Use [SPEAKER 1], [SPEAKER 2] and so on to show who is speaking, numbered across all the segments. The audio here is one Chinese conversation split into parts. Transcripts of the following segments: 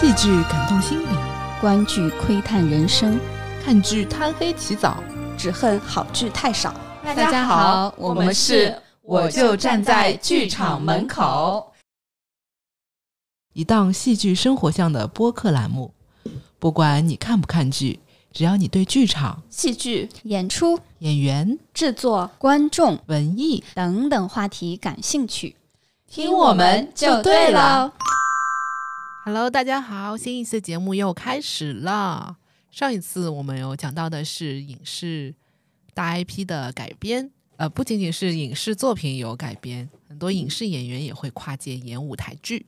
[SPEAKER 1] 戏剧感动心灵，
[SPEAKER 2] 观剧窥探人生，
[SPEAKER 3] 看剧贪黑起早。
[SPEAKER 4] 只恨好剧太少。
[SPEAKER 5] 大家好，我们是我就站在剧场门口，
[SPEAKER 3] 一档戏剧生活向的播客栏目。不管你看不看剧，只要你对剧场、
[SPEAKER 4] 戏剧、
[SPEAKER 2] 演出、
[SPEAKER 3] 演员、
[SPEAKER 4] 制作、
[SPEAKER 2] 观众、
[SPEAKER 3] 文艺
[SPEAKER 2] 等等话题感兴趣，
[SPEAKER 5] 听我们就对了。
[SPEAKER 3] Hello，大家好，新一次节目又开始了。上一次我们有讲到的是影视大 IP 的改编，呃，不仅仅是影视作品有改编，很多影视演员也会跨界演舞台剧。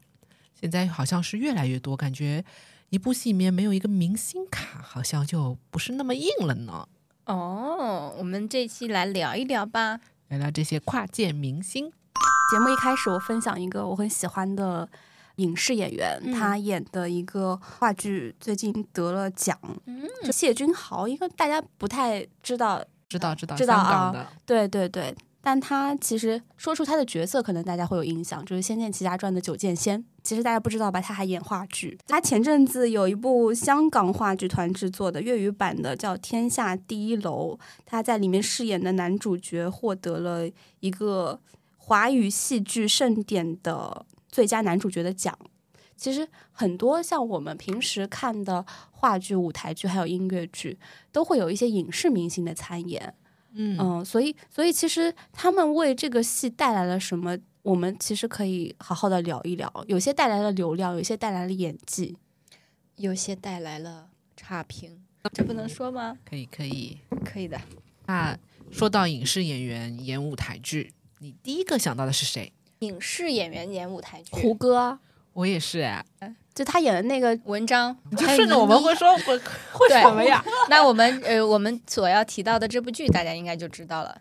[SPEAKER 3] 现在好像是越来越多，感觉一部戏里面没有一个明星卡，好像就不是那么硬了呢。
[SPEAKER 6] 哦，我们这期来聊一聊吧，
[SPEAKER 3] 聊聊这些跨界明星。
[SPEAKER 7] 节目一开始，我分享一个我很喜欢的。影视演员，嗯、他演的一个话剧最近得了奖，嗯、就谢君豪，应该大家不太知道，
[SPEAKER 3] 知道知道
[SPEAKER 7] 知道啊，对对对，但他其实说出他的角色，可能大家会有印象，就是《仙剑奇侠传》的九剑仙。其实大家不知道吧，他还演话剧。他前阵子有一部香港话剧团制作的粤语版的，叫《天下第一楼》，他在里面饰演的男主角获得了一个华语戏剧盛典的。最佳男主角的奖，其实很多像我们平时看的话剧、舞台剧还有音乐剧，都会有一些影视明星的参演。嗯嗯、呃，所以所以其实他们为这个戏带来了什么，我们其实可以好好的聊一聊。有些带来了流量，有些带来了演技，
[SPEAKER 6] 有些带来了差评，这不能说吗？
[SPEAKER 3] 可以可以
[SPEAKER 6] 可以的。
[SPEAKER 3] 那说到影视演员演舞台剧，你第一个想到的是谁？
[SPEAKER 6] 影视演员演舞台剧，
[SPEAKER 7] 胡歌，
[SPEAKER 3] 我也是哎、
[SPEAKER 7] 啊，就他演的那个
[SPEAKER 6] 文章，
[SPEAKER 3] 你就顺着我们会说会会什么呀？
[SPEAKER 6] 那我们呃，我们所要提到的这部剧，大家应该就知道了，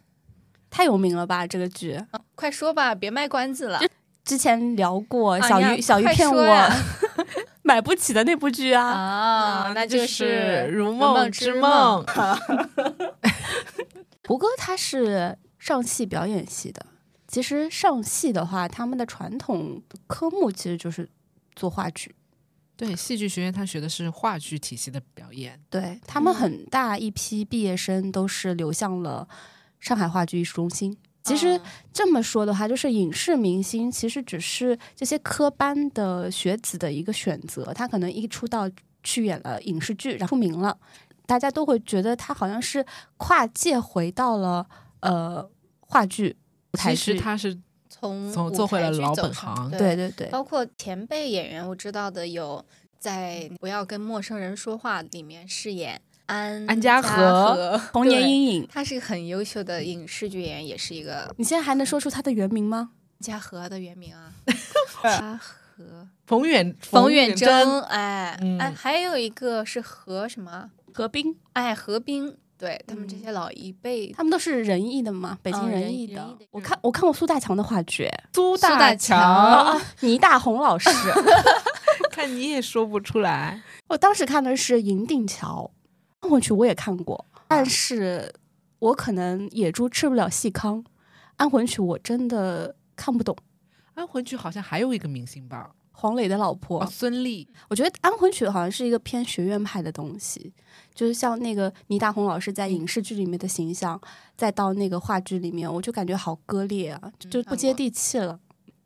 [SPEAKER 7] 太有名了吧？这个剧，
[SPEAKER 6] 啊、快说吧，别卖关子了。
[SPEAKER 7] 之前聊过小鱼，啊、小鱼骗我 买不起的那部剧啊，
[SPEAKER 6] 啊，那就
[SPEAKER 3] 《
[SPEAKER 6] 是
[SPEAKER 3] 如梦之梦》。
[SPEAKER 7] 胡歌他是上戏表演系的。其实上戏的话，他们的传统科目其实就是做话剧。
[SPEAKER 3] 对，戏剧学院他学的是话剧体系的表演。
[SPEAKER 7] 对他们很大一批毕业生都是流向了上海话剧艺术中心。其
[SPEAKER 6] 啊
[SPEAKER 7] 实这么说的话，就是影视明星其实只是这些科班的学子的一个选择。他可能一出道去演了影视剧，然后出名了，大家都会觉得他好像是跨界回到了呃话剧。
[SPEAKER 3] 其实他是
[SPEAKER 6] 从
[SPEAKER 3] 从做回了老本行，
[SPEAKER 7] 对对对。
[SPEAKER 6] 包括前辈演员，我知道的有在《不要跟陌生人说话》里面饰演安
[SPEAKER 3] 安家
[SPEAKER 6] 和
[SPEAKER 7] 童年阴影，
[SPEAKER 6] 他是很优秀的影视剧演员，也是一个。
[SPEAKER 7] 你现在还能说出他的原名吗？
[SPEAKER 6] 家和的原名啊，家和
[SPEAKER 3] 冯远
[SPEAKER 6] 冯
[SPEAKER 3] 远
[SPEAKER 6] 征，哎、嗯、哎，还有一个是何什么
[SPEAKER 7] 何冰，
[SPEAKER 6] 哎何冰。对他们这些老一辈、嗯，
[SPEAKER 7] 他们都是仁义的嘛，北京仁义的。哦、义的我看我看过苏大强的话剧，
[SPEAKER 3] 苏
[SPEAKER 7] 大
[SPEAKER 3] 强、
[SPEAKER 7] 倪大红老 师，
[SPEAKER 3] 看你也说不出来。
[SPEAKER 7] 我当时看的是《银锭桥》，看回去我也看过，但是我可能野猪吃不了细糠，安魂曲我真的看不懂。
[SPEAKER 3] 安魂曲好像还有一个明星吧。
[SPEAKER 7] 黄磊的老婆、
[SPEAKER 3] 哦、孙俪，
[SPEAKER 7] 我觉得《安魂曲》好像是一个偏学院派的东西，就是像那个倪大红老师在影视剧里面的形象，嗯、再到那个话剧里面，我就感觉好割裂啊，就不接地气了。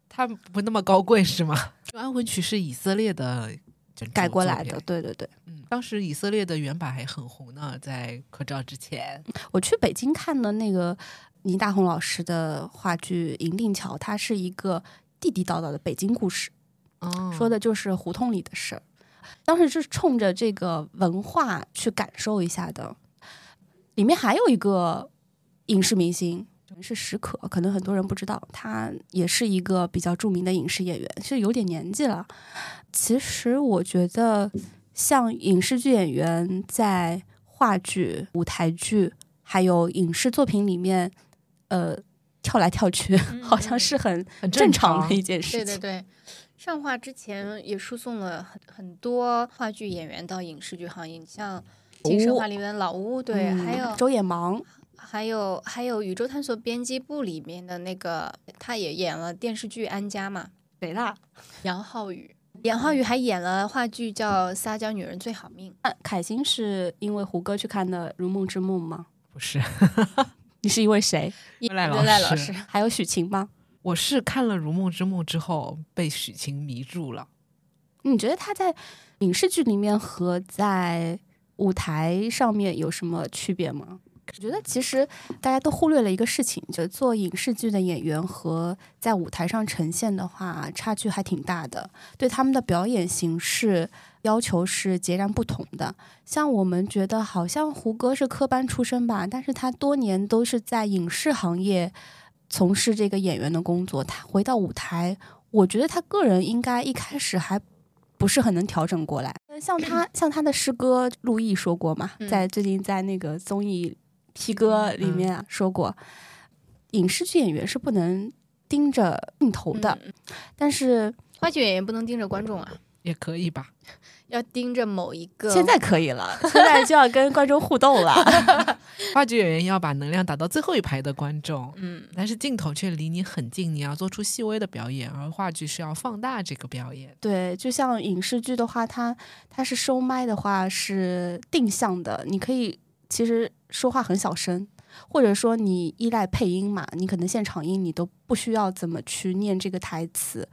[SPEAKER 3] 他不那么高贵是吗？ 《安魂曲》是以色列的
[SPEAKER 7] 改过来的，对对对，
[SPEAKER 3] 嗯，当时以色列的原版还很红呢，在口罩之前，
[SPEAKER 7] 我去北京看的那个倪大红老师的话剧《银锭桥》，它是一个地地道道的北京故事。
[SPEAKER 3] 嗯
[SPEAKER 7] 说的就是胡同里的事儿，当时是冲着这个文化去感受一下的。里面还有一个影视明星是史可，可能很多人不知道，他也是一个比较著名的影视演员，是有点年纪了。其实我觉得，像影视剧演员在话剧、舞台剧还有影视作品里面，呃，跳来跳去，嗯、好像是很
[SPEAKER 3] 很
[SPEAKER 7] 正常的一件事情。
[SPEAKER 6] 对对对。上话之前也输送了很很多话剧演员到影视剧行业，像《金神话》里面的老乌，对，
[SPEAKER 7] 嗯、
[SPEAKER 6] 还有
[SPEAKER 7] 周也芒，
[SPEAKER 6] 还有还有《宇宙探索编辑部》里面的那个，他也演了电视剧《安家》嘛，
[SPEAKER 7] 谁啦？
[SPEAKER 6] 杨浩宇，演话剧还演了话剧叫《撒娇女人最好命》，
[SPEAKER 7] 那凯欣是因为胡歌去看的《如梦之梦》吗？
[SPEAKER 3] 不是
[SPEAKER 7] 你是因为谁？
[SPEAKER 6] 演
[SPEAKER 3] 赖
[SPEAKER 6] 赖
[SPEAKER 3] 老
[SPEAKER 6] 老
[SPEAKER 3] 师
[SPEAKER 6] 师，
[SPEAKER 7] 还有许晴吗？
[SPEAKER 3] 我是看了《如梦之梦》之后被许晴迷住了。
[SPEAKER 7] 你觉得他在影视剧里面和在舞台上面有什么区别吗？我觉得其实大家都忽略了一个事情，就做影视剧的演员和在舞台上呈现的话，差距还挺大的，对他们的表演形式要求是截然不同的。像我们觉得好像胡歌是科班出身吧，但是他多年都是在影视行业从事这个演员的工作，他回到舞台，我觉得他个人应该一开始还不是很能调整过来。呃像他像他的师哥陆毅说过嘛，
[SPEAKER 6] 嗯
[SPEAKER 7] 在最近在那个综艺《P 哥》里面啊说过，影视剧演员是不能盯着镜头的，
[SPEAKER 6] 嗯
[SPEAKER 7] 但是
[SPEAKER 6] 话剧演员不能盯着观众啊，
[SPEAKER 3] 也可以吧，
[SPEAKER 6] 要盯着某一个。
[SPEAKER 7] 现在可以了， 现在就要跟观众互动了。
[SPEAKER 3] 话剧演员要把能量打到最后一排的观众，
[SPEAKER 6] 嗯，
[SPEAKER 3] 但是镜头却离你很近，你要做出细微的表演，而话剧是要放大这个表演。
[SPEAKER 7] 对，就像影视剧的话，它它是收麦的话是定向的，你可以其实说话很小声，或者说你依赖配音嘛，你可能现场音你都不需要怎么去念这个台词，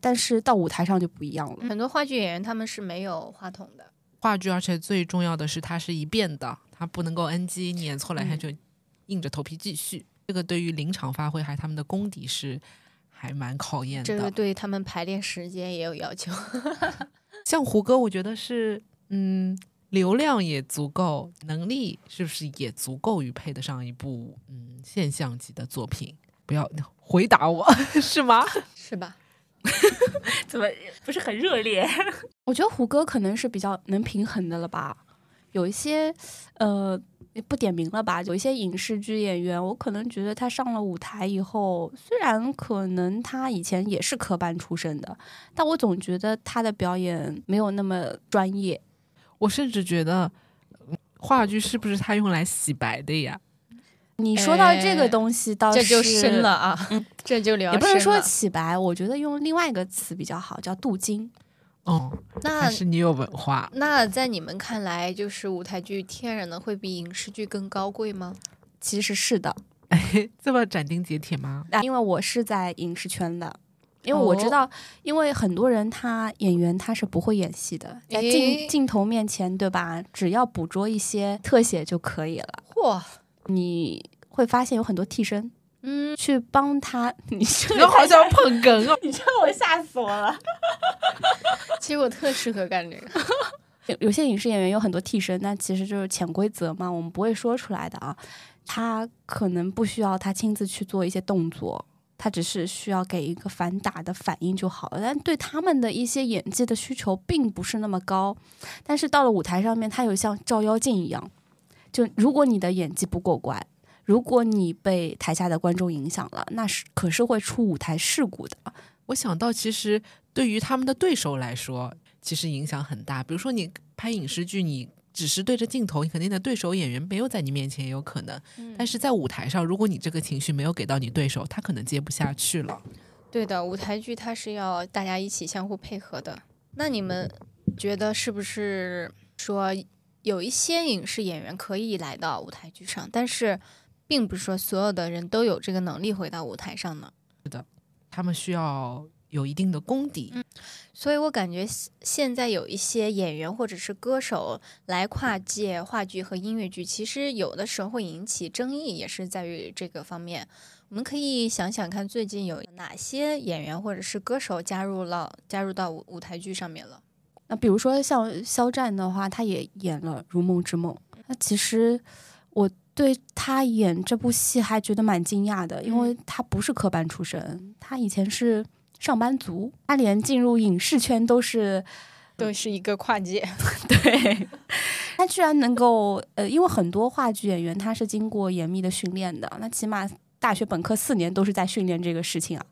[SPEAKER 7] 但是到舞台上就不一样了。
[SPEAKER 6] 很多话剧演员他们是没有话筒的，
[SPEAKER 3] 话剧，而且最重要的是它是一遍的，它不能够 NG，你演错了
[SPEAKER 7] 嗯
[SPEAKER 3] 它就硬着头皮继续。这个对于临场发挥还有他们的功底是还蛮考验
[SPEAKER 6] 这
[SPEAKER 3] 的
[SPEAKER 6] 个。对他们排练时间也有要求。
[SPEAKER 3] 像胡歌，我觉得是嗯，流量也足够，能力是不是也足够于配得上一部嗯现象级的作品？不要 回答我， 是吗？
[SPEAKER 6] 是吧？
[SPEAKER 7] 我觉得胡歌可能是比较能平衡的了吧，有一些呃不点名了吧，有一些影视剧演员，我可能觉得他上了舞台以后，虽然可能他以前也是科班出身的，但我总觉得他的表演没有那么专业。
[SPEAKER 3] 我甚至觉得嗯话剧是不是他用来洗白的呀？
[SPEAKER 7] 你说到这个东西，哦倒是、
[SPEAKER 6] 哎
[SPEAKER 7] 嗯
[SPEAKER 6] 这就深了，啊， 这就聊
[SPEAKER 7] 也不能
[SPEAKER 6] 深
[SPEAKER 7] 说
[SPEAKER 6] 了
[SPEAKER 7] 洗白，我觉得用另外一个词比较好，叫镀金。
[SPEAKER 3] 哦，还
[SPEAKER 6] 那
[SPEAKER 3] 是你有文化。
[SPEAKER 6] 那在你们看来，就是舞台剧天然的会比影视剧更高贵 吗？
[SPEAKER 7] 其实是的，
[SPEAKER 3] 这么斩钉截铁吗？
[SPEAKER 7] 啊因为我是在影视圈的，因为我知道，因为很多人他演员他是不会演戏的，在
[SPEAKER 6] 诶
[SPEAKER 7] 镜镜头面前，对吧？只要捕捉一些特写就可以了。
[SPEAKER 6] 嚯，
[SPEAKER 7] 你会发现有很多替身
[SPEAKER 6] 嗯，
[SPEAKER 7] 去帮他， 你这
[SPEAKER 3] 我好想捧哏哦。
[SPEAKER 7] 我吓死我了。
[SPEAKER 6] 其实我特适合干这个。
[SPEAKER 7] 有有些影视演员有很多替身，那其实就是潜规则嘛，我们不会说出来的啊。他可能不需要他亲自去做一些动作，他只是需要给一个反打的反应就好了。但对他们的一些演技的需求并不是那么高，但是到了舞台上面，他有像照妖镜一样，就如果你的演技不过关。如果你被台下的观众影响了，那是可是会出舞台事故的。
[SPEAKER 3] 我想到，其实对于他们的对手来说，其实影响很大。比如说，你拍影视剧，你只是对着镜头，你肯定的对手演员没有在你面前也有可能。但是在舞台上，如果你这个情绪没有给到你对手，他可能接不下去了。
[SPEAKER 6] 对的，舞台剧它是要大家一起相互配合的。那你们觉得是不是说有一些影视演员可以来到舞台剧上，但是并不是说所有的人都有这个能力回到舞台上呢？
[SPEAKER 3] 他们需要有一定的功底。
[SPEAKER 6] 所以我感觉现现在有一些演员或者是歌手来跨界话剧和音乐剧，其实有的时候会引起争议，也是在于这个方面。我们可以想想看，最近有哪些演员或者是歌手加入了加入到舞舞台剧上面了？
[SPEAKER 7] 那比如说像肖战的话，他也演了《如梦之梦》。那其实我对他演这部戏还觉得蛮惊讶的，因为他不是科班出身，他以前是上班族，他连进入影视圈都是
[SPEAKER 6] 都是一个跨 界，
[SPEAKER 7] 对，他居然能够呃，因为很多话剧演员他是经过严密的训练的，那起码大学本科四年都是在训练这个事情啊。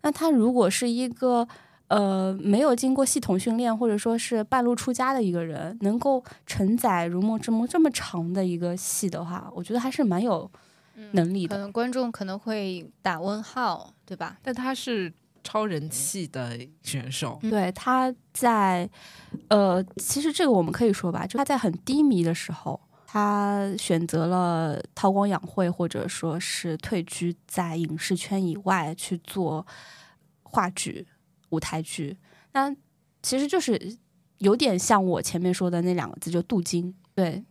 [SPEAKER 7] 那他如果是一个呃没有经过系统训练，或者说是半路出家的一个人，能够承载《如梦之梦》这么长的一个戏的话，我觉得还是蛮有能力
[SPEAKER 6] 可
[SPEAKER 7] 的。
[SPEAKER 6] 能观众可能会打问号，对吧？
[SPEAKER 3] 但他是超人气的选手。
[SPEAKER 7] 对，他在呃，其实这个我们可以说吧，就他在很低迷的时候，他选择了韬光养晦，或者说是退居在影视圈以外去做话剧、舞台剧。那其实就是有点像我前面说的那两个字，就镀金。对，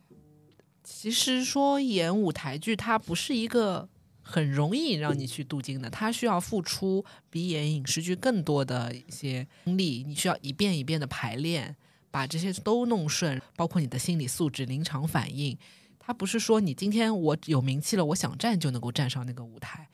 [SPEAKER 3] 其实说演舞台剧，它不是一个很容易让你去镀金的，它需要付出比演影视剧更多的一些精力，你需要一遍一遍的排练，把这些都弄顺，包括你的心理素质、临场反应。它不是说你今天我有名气了，我想站就能够站上那个舞台。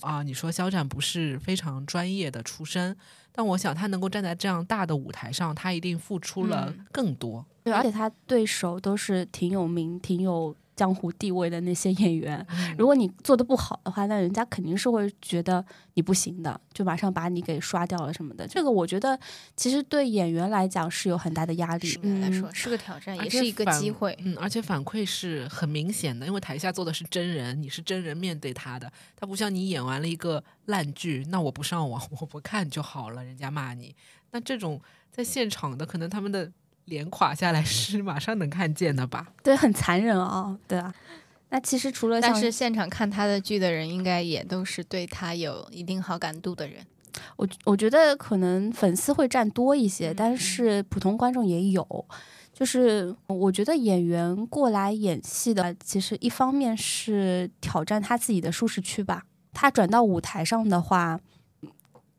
[SPEAKER 3] 啊，你说肖战不是非常专业的出身，但我想他能够站在这样大的舞台上，他一定付出了
[SPEAKER 6] 嗯
[SPEAKER 3] 更多。
[SPEAKER 7] 对，而且他对手都是挺有名、挺有江湖地位的那些演员。如果你做的不好的话，那人家肯定是会觉得你不行的，就马上把你给刷掉了什么的。这个我觉得其实对演员来讲是有很大的压力
[SPEAKER 6] 是
[SPEAKER 7] 的。
[SPEAKER 6] 来
[SPEAKER 7] 嗯
[SPEAKER 6] 说是个挑战，
[SPEAKER 3] 而
[SPEAKER 6] 也
[SPEAKER 3] 且
[SPEAKER 6] 是一个
[SPEAKER 3] 反
[SPEAKER 6] 机会。
[SPEAKER 3] 嗯，而且反馈是很明显的，因为台下坐的是真人，你是真人面对他的，他不像你演完了一个烂剧，那我不上网，我不看就好了，人家骂你。那这种在现场的，可能他们的脸垮下来 是马上能看见的吧？
[SPEAKER 7] 对，很残忍啊、对啊。那其实除了像
[SPEAKER 6] 但是现场看他的剧的人，应该也都是对他有一定好感度的人。
[SPEAKER 7] 我我觉得可能粉丝会占多一些，
[SPEAKER 6] 嗯
[SPEAKER 7] 但是普通观众也有。就是我觉得演员过来演戏的，其实一方面是挑战他自己的舒适区吧。他转到舞台上的话，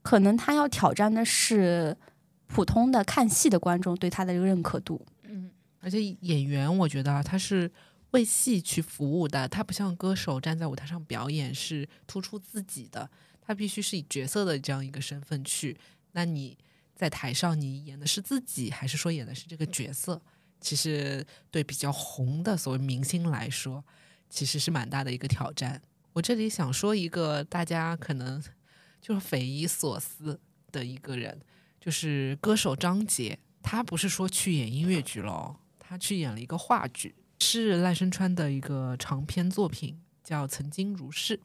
[SPEAKER 7] 可能他要挑战的是普通的看戏的观众对他的这个认可度。
[SPEAKER 6] 嗯，
[SPEAKER 3] 而且演员，我觉得啊，他是为戏去服务的，他不像歌手站在舞台上表演是突出自己的，他必须是以角色的这样一个身份去。那你在台上，你演的是自己，还是说演的是这个角色？其实对比较红的所谓明星来说，其实是蛮大的一个挑战。我这里想说一个大家可能就是匪夷所思的一个人，就是歌手张杰，他不是说去演音乐剧了哦，他去演了一个话剧，是赖声川的一个长篇作品，叫《曾经如是》。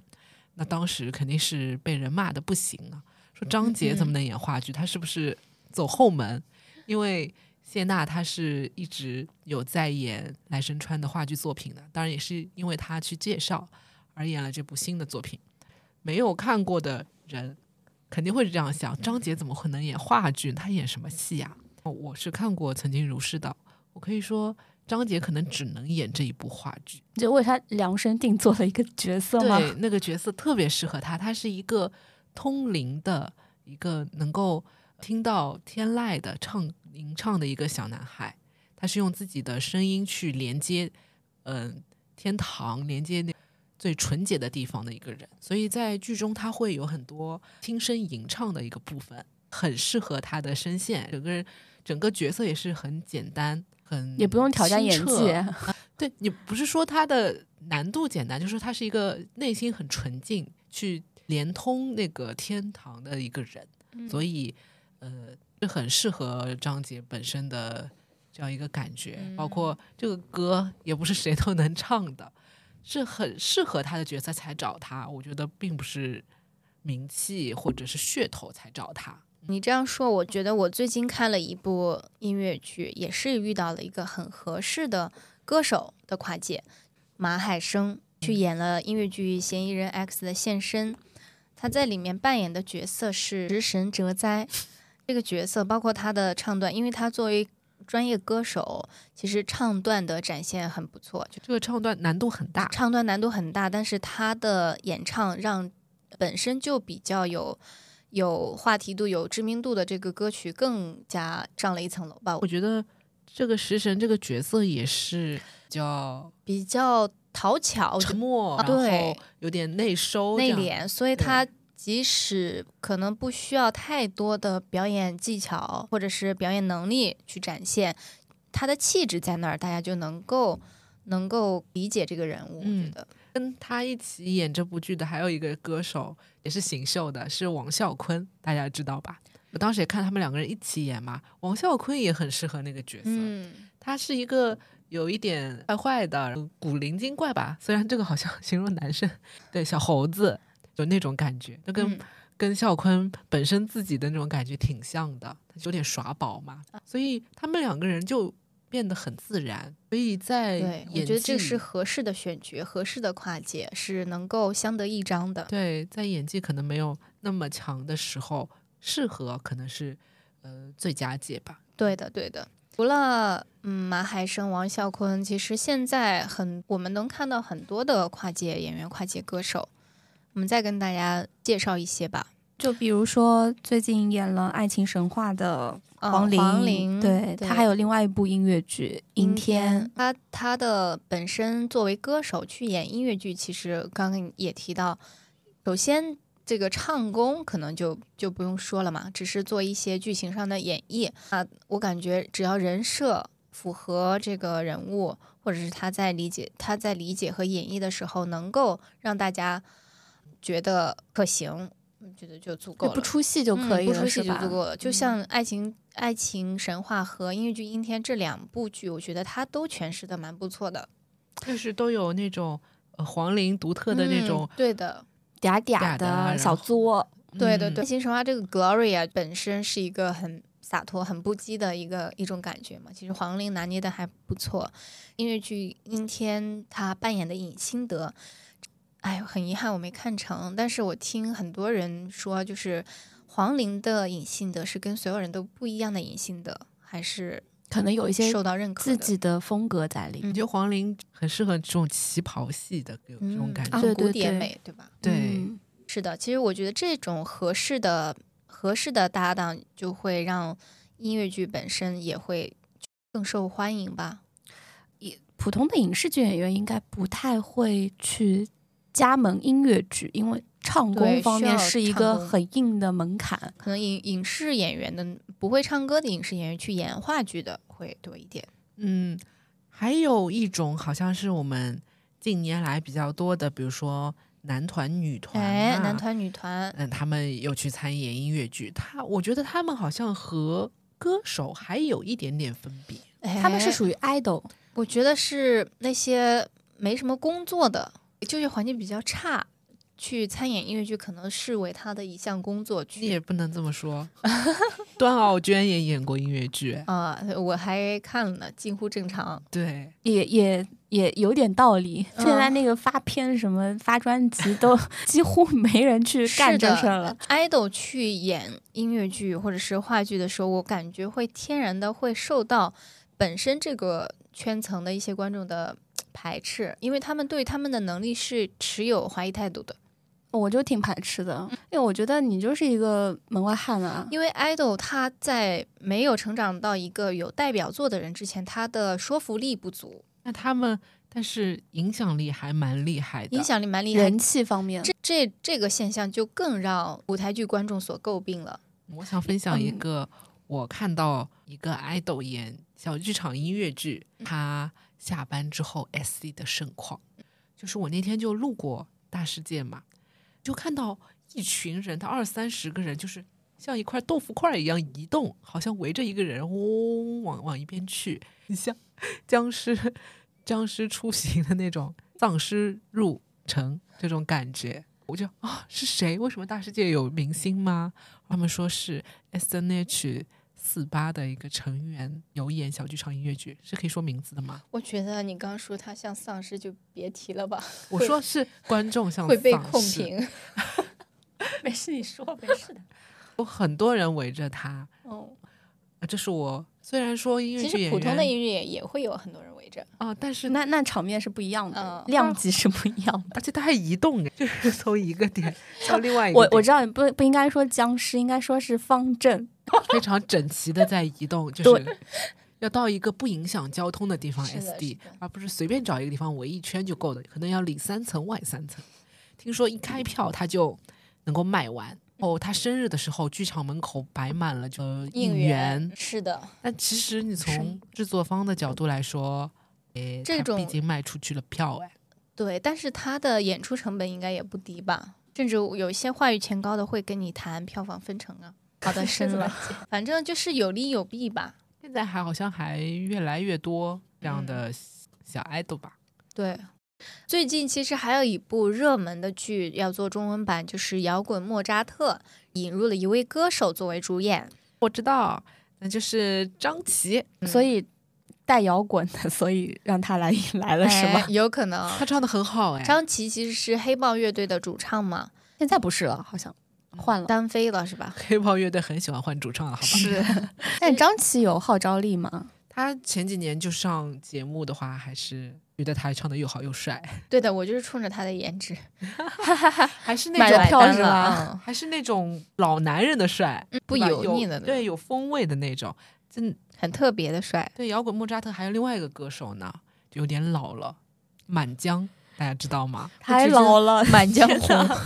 [SPEAKER 3] 那当时肯定是被人骂的不行啊，说张杰怎么能演话剧？他是不是走后门？因为谢娜她是一直有在演赖声川的话剧作品的，当然也是因为他去介绍而演了这部新的作品。没有看过的人肯定会这样想：张杰怎么可能演话剧？他演什么戏呀、我是看过《曾经如是》的，我可以说张杰可能只能演这一部话剧。
[SPEAKER 7] 你就为他量身定做了一个角色吗？
[SPEAKER 3] 对，那个角色特别适合他，他是一个通灵的，一个能够听到天籁的唱吟唱的一个小男孩，他是用自己的声音去连接，嗯、天堂，连接那最纯洁的地方的一个人，所以在剧中他会有很多轻声吟唱的一个部分，很适合他的声线，整个人整个角色也是很简单。很
[SPEAKER 7] 也不用挑战
[SPEAKER 3] 清
[SPEAKER 7] 演
[SPEAKER 3] 澈
[SPEAKER 7] 技，
[SPEAKER 3] 对你不是说它的难度简单，就是他是一个内心很纯净，去连通那个天堂的一个人，所以呃，这很适合张杰本身的这样一个感觉，包括这个歌也不是谁都能唱的，是很适合他的角色才找他，我觉得并不是名气或者是噱头才找他。
[SPEAKER 6] 你这样说，我觉得我最近看了一部音乐剧，也是遇到了一个很合适的歌手的跨界，马海生去演了音乐剧《嫌疑人 X》的现身。他在里面扮演的角色是食神哲哉，这个角色包括他的唱段，因为他作为专业歌手，其实唱段的展现很不错，
[SPEAKER 3] 就这个唱段难度很大，
[SPEAKER 6] 唱段难度很大，但是他的演唱让本身就比较有有话题度、有知名度的这个歌曲更加上了一层楼吧。
[SPEAKER 3] 我
[SPEAKER 6] 我
[SPEAKER 3] 觉得这个食神这个角色也是比较。
[SPEAKER 6] 比较讨巧、
[SPEAKER 3] 沉默，
[SPEAKER 6] 啊
[SPEAKER 3] 然后
[SPEAKER 6] 对
[SPEAKER 3] 有点内收、
[SPEAKER 6] 内敛，所以
[SPEAKER 3] 对
[SPEAKER 6] 他即使可能不需要太多的表演技巧或者是表演能力去展现，他的气质在那儿，大家就能够能够理解这个人物。我
[SPEAKER 3] 嗯
[SPEAKER 6] 觉得，
[SPEAKER 3] 跟他一起演这部剧的还有一个歌手，也是邢秀的，是王啸坤，大家知道吧？我当时也看他们两个人一起演嘛，王啸坤也很适合那个角色，
[SPEAKER 6] 嗯，
[SPEAKER 3] 他是一个有一点坏坏的古灵精 怪吧，虽然这个好像形容男生，对小猴子有那种感觉，就跟
[SPEAKER 6] 嗯
[SPEAKER 3] 跟孝坤本身自己的那种感觉挺像的，他有点耍宝嘛，
[SPEAKER 6] 啊
[SPEAKER 3] 所以他们两个人就变得很自然。所以在
[SPEAKER 6] 对，我
[SPEAKER 3] 演
[SPEAKER 6] 觉得
[SPEAKER 3] 技
[SPEAKER 6] 这是合适的选角，合适的跨界是能够相得益彰的。
[SPEAKER 3] 对，在演技可能没有那么强的时候，适合可能是呃最佳解吧。
[SPEAKER 6] 对的，对的。除了嗯马海生、王啸坤，其实现在很我们能看到很多的跨界演员、跨界歌手。我们再跟大家介绍一些吧。
[SPEAKER 7] 就比如说最近演了《爱情神话》的
[SPEAKER 6] 呃
[SPEAKER 7] 黄龄，
[SPEAKER 6] 黄龄
[SPEAKER 7] 对
[SPEAKER 6] 对
[SPEAKER 7] 她还有另外一部音乐剧《阴天》，
[SPEAKER 6] 嗯他他的本身作为歌手去演音乐剧，其实刚刚也提到，首先这个唱功可能就就不用说了嘛，只是做一些剧情上的演绎啊。我感觉只要人设符合这个人物，或者是他在理解他在理解和演绎的时候，能够让大家觉得可行，我觉得就足够
[SPEAKER 7] 就
[SPEAKER 6] 了。
[SPEAKER 7] 不出戏就
[SPEAKER 6] 嗯
[SPEAKER 7] 可以
[SPEAKER 6] 不
[SPEAKER 7] 了，
[SPEAKER 6] 出戏
[SPEAKER 7] 是
[SPEAKER 6] 就
[SPEAKER 7] 吧
[SPEAKER 6] 足？够了。就嗯像《爱情、爱情神话》和音乐剧《阴天》这两部剧，我觉得它都诠释的蛮不错的，
[SPEAKER 3] 就是都有那种呃黄龄独特的那
[SPEAKER 6] 嗯
[SPEAKER 3] 种，
[SPEAKER 6] 对的，
[SPEAKER 7] 嗲
[SPEAKER 3] 嗲
[SPEAKER 7] 嗲
[SPEAKER 3] 的然
[SPEAKER 7] 的小
[SPEAKER 3] 后
[SPEAKER 7] 作，
[SPEAKER 6] 对的，对。
[SPEAKER 3] 嗯
[SPEAKER 6] 爱情神话这个 Gloria 本身是一个很洒脱、很不羁的一个一种感觉嘛。其实黄龄拿捏的还不错。音乐剧《阴天》，她扮演的尹心德。哎呦，很遗憾我没看成，但是我听很多人说，就是黄龄的尹心德是跟所有人都不一样的尹心德，还是
[SPEAKER 7] 可能有一些
[SPEAKER 6] 受到认可
[SPEAKER 7] 自
[SPEAKER 6] 的嗯
[SPEAKER 7] 己的风格在里面。
[SPEAKER 3] 我觉得黄龄很适合这种旗袍戏的，有这种感觉。
[SPEAKER 7] 啊
[SPEAKER 6] 很
[SPEAKER 7] 对
[SPEAKER 6] 古
[SPEAKER 7] 对
[SPEAKER 6] 典
[SPEAKER 7] 对
[SPEAKER 6] 美，对吧？
[SPEAKER 3] 对，
[SPEAKER 7] 嗯
[SPEAKER 6] 是的，其实我觉得这种合适的、合适的搭档，就会让音乐剧本身也会更受欢迎吧。
[SPEAKER 7] 普通的影视剧演员应该不太会去加盟音乐剧，因为唱
[SPEAKER 6] 对
[SPEAKER 7] 功方
[SPEAKER 6] 需
[SPEAKER 7] 面
[SPEAKER 6] 要
[SPEAKER 7] 是一
[SPEAKER 6] 唱
[SPEAKER 7] 个
[SPEAKER 6] 功
[SPEAKER 7] 很硬的门槛。
[SPEAKER 6] 可能影影视演员的不会唱歌的影视演员去演话剧的会多一点。
[SPEAKER 3] 嗯，还有一种好像是我们近年来比较多的，比如说男团、女团、
[SPEAKER 6] 哎
[SPEAKER 3] 啊，，
[SPEAKER 6] 男团、女团，
[SPEAKER 3] 嗯，他们有去参演音乐剧，他我觉得他们好像和歌手还有一点点分别。
[SPEAKER 7] 他们是
[SPEAKER 6] 哎
[SPEAKER 7] 属于 idol，
[SPEAKER 6] 我觉得是那些没什么工作的，就业环境比较差，去参演音乐剧可能视为他的一项工作去。
[SPEAKER 3] 你也不能这么 说，段奥娟也演过音乐剧，
[SPEAKER 6] 啊、我还看了呢，近乎正常。
[SPEAKER 3] 对，
[SPEAKER 7] 也也也有点道理。
[SPEAKER 6] 嗯
[SPEAKER 7] 现在那个发片什么发专辑都 几乎没人去干这事儿了。
[SPEAKER 6] idol 去演音乐剧或者是话剧的时候，我感觉会天然的会受到本身这个圈层的一些观众的嘖排斥，因为他们对他们的能力是持有怀疑态度的。
[SPEAKER 7] 我就挺排斥的，因为我觉得你就是一个门外汉啊。
[SPEAKER 6] 嗯因为 idol 他在没有成长到一个有代表作的人之前，他的说服力不足，
[SPEAKER 3] 那他们但是影响力还蛮厉害的，
[SPEAKER 6] 影响力蛮厉害
[SPEAKER 7] 人。气方面，
[SPEAKER 6] 这这这个现象就更让舞台剧观众所诟病了。
[SPEAKER 3] 我想分享一
[SPEAKER 7] 嗯
[SPEAKER 3] 个，我看到一个爱豆演小剧场音乐剧，他下班之后 SC 的盛况，就是我那天就路过大世界嘛，就看到一群人，他二三十个人，就是像一块豆腐块一样移动，好像围着一个人嗡、往往一边去，很像 僵尸僵尸出行的那种丧尸入城这种感觉。我就啊，是谁？为什么大世界有明星吗？他们说是 S N H 四八的一个成员有演小剧场音乐剧，是可以说名字的吗？
[SPEAKER 6] 我觉得你刚说他像丧尸，就别提了吧，
[SPEAKER 3] 我说是观众像
[SPEAKER 6] 会被
[SPEAKER 3] 哦丧
[SPEAKER 6] 控
[SPEAKER 3] 尸，
[SPEAKER 6] 评。
[SPEAKER 5] 没事，你说没事的。
[SPEAKER 3] 有很多人围着他。
[SPEAKER 6] 哦。
[SPEAKER 3] 呃这是我虽然说音乐
[SPEAKER 6] 其
[SPEAKER 3] 剧
[SPEAKER 6] 实
[SPEAKER 3] 演
[SPEAKER 6] 普通的
[SPEAKER 3] 员
[SPEAKER 6] 音乐也也会有很多人围着，
[SPEAKER 3] 啊、但是
[SPEAKER 7] 那那场面是不一样的，
[SPEAKER 6] 嗯
[SPEAKER 7] 量级是不一 样的。
[SPEAKER 3] 而且他还移动，就是从一个 点到另外一个
[SPEAKER 7] 我我
[SPEAKER 3] 点
[SPEAKER 7] 知道你不不应该说僵尸，应该说是方阵。
[SPEAKER 6] 嗯
[SPEAKER 3] 非常整齐的在移动，就是要到一个不影响交通的地方
[SPEAKER 6] 是的
[SPEAKER 3] S D，
[SPEAKER 6] 是的
[SPEAKER 3] 而不是随便找一个地方围一圈就够了，可能要里三层外三层。听说一开票他就能够卖完。哦，他生日的时候，剧场门口摆满了就呃应援。
[SPEAKER 6] 是的，
[SPEAKER 3] 但其实你从
[SPEAKER 7] 是
[SPEAKER 3] 制作方的角度来说，诶，
[SPEAKER 6] 这
[SPEAKER 3] 他毕
[SPEAKER 6] 种
[SPEAKER 3] 竟卖出去了票，哎，
[SPEAKER 6] 对，但是他的演出成本应该也不低吧？甚至有一些话语权高的会跟你谈票房分成啊，好 的深了，反正就是有利有弊吧。
[SPEAKER 3] 现
[SPEAKER 6] 嗯
[SPEAKER 3] 在还好像还越来越多这样的小爱豆吧。
[SPEAKER 6] 对，最近其实还有一部热门的剧要做中文版，就是《摇滚莫扎特》，引入了一位歌手作为主演。
[SPEAKER 3] 我知道，那就是张琪，
[SPEAKER 7] 所以带摇滚的，所以让他来 来了是吗
[SPEAKER 6] 哎？有可能。
[SPEAKER 3] 他唱的很好哎。
[SPEAKER 6] 张琪其实是黑豹乐队的主唱嘛，
[SPEAKER 7] 现在不是了，好像换了。
[SPEAKER 6] 单飞了是吧？
[SPEAKER 3] 黑豹乐队很喜欢换主唱了，好 吧？
[SPEAKER 7] 但张琪有号召力吗？
[SPEAKER 3] 他前几年就上节目的话，还是觉得他唱的又好又帅，
[SPEAKER 6] 对的，我就是冲着他的颜 值
[SPEAKER 3] 还是那
[SPEAKER 7] 买了
[SPEAKER 3] 种
[SPEAKER 7] 票
[SPEAKER 6] 单
[SPEAKER 7] 是
[SPEAKER 6] 了
[SPEAKER 7] 吧
[SPEAKER 6] 啊
[SPEAKER 3] 还是那种老男人的帅，
[SPEAKER 6] 嗯不
[SPEAKER 3] 对吧
[SPEAKER 6] 油腻的那种，
[SPEAKER 3] 对，有风味的那种。真
[SPEAKER 6] 很特别的帅。
[SPEAKER 3] 对，摇滚莫扎特还有另外一个歌手呢，就有点老了，满江，大家知道吗？
[SPEAKER 7] 太老了，《满江
[SPEAKER 6] 红》
[SPEAKER 7] 《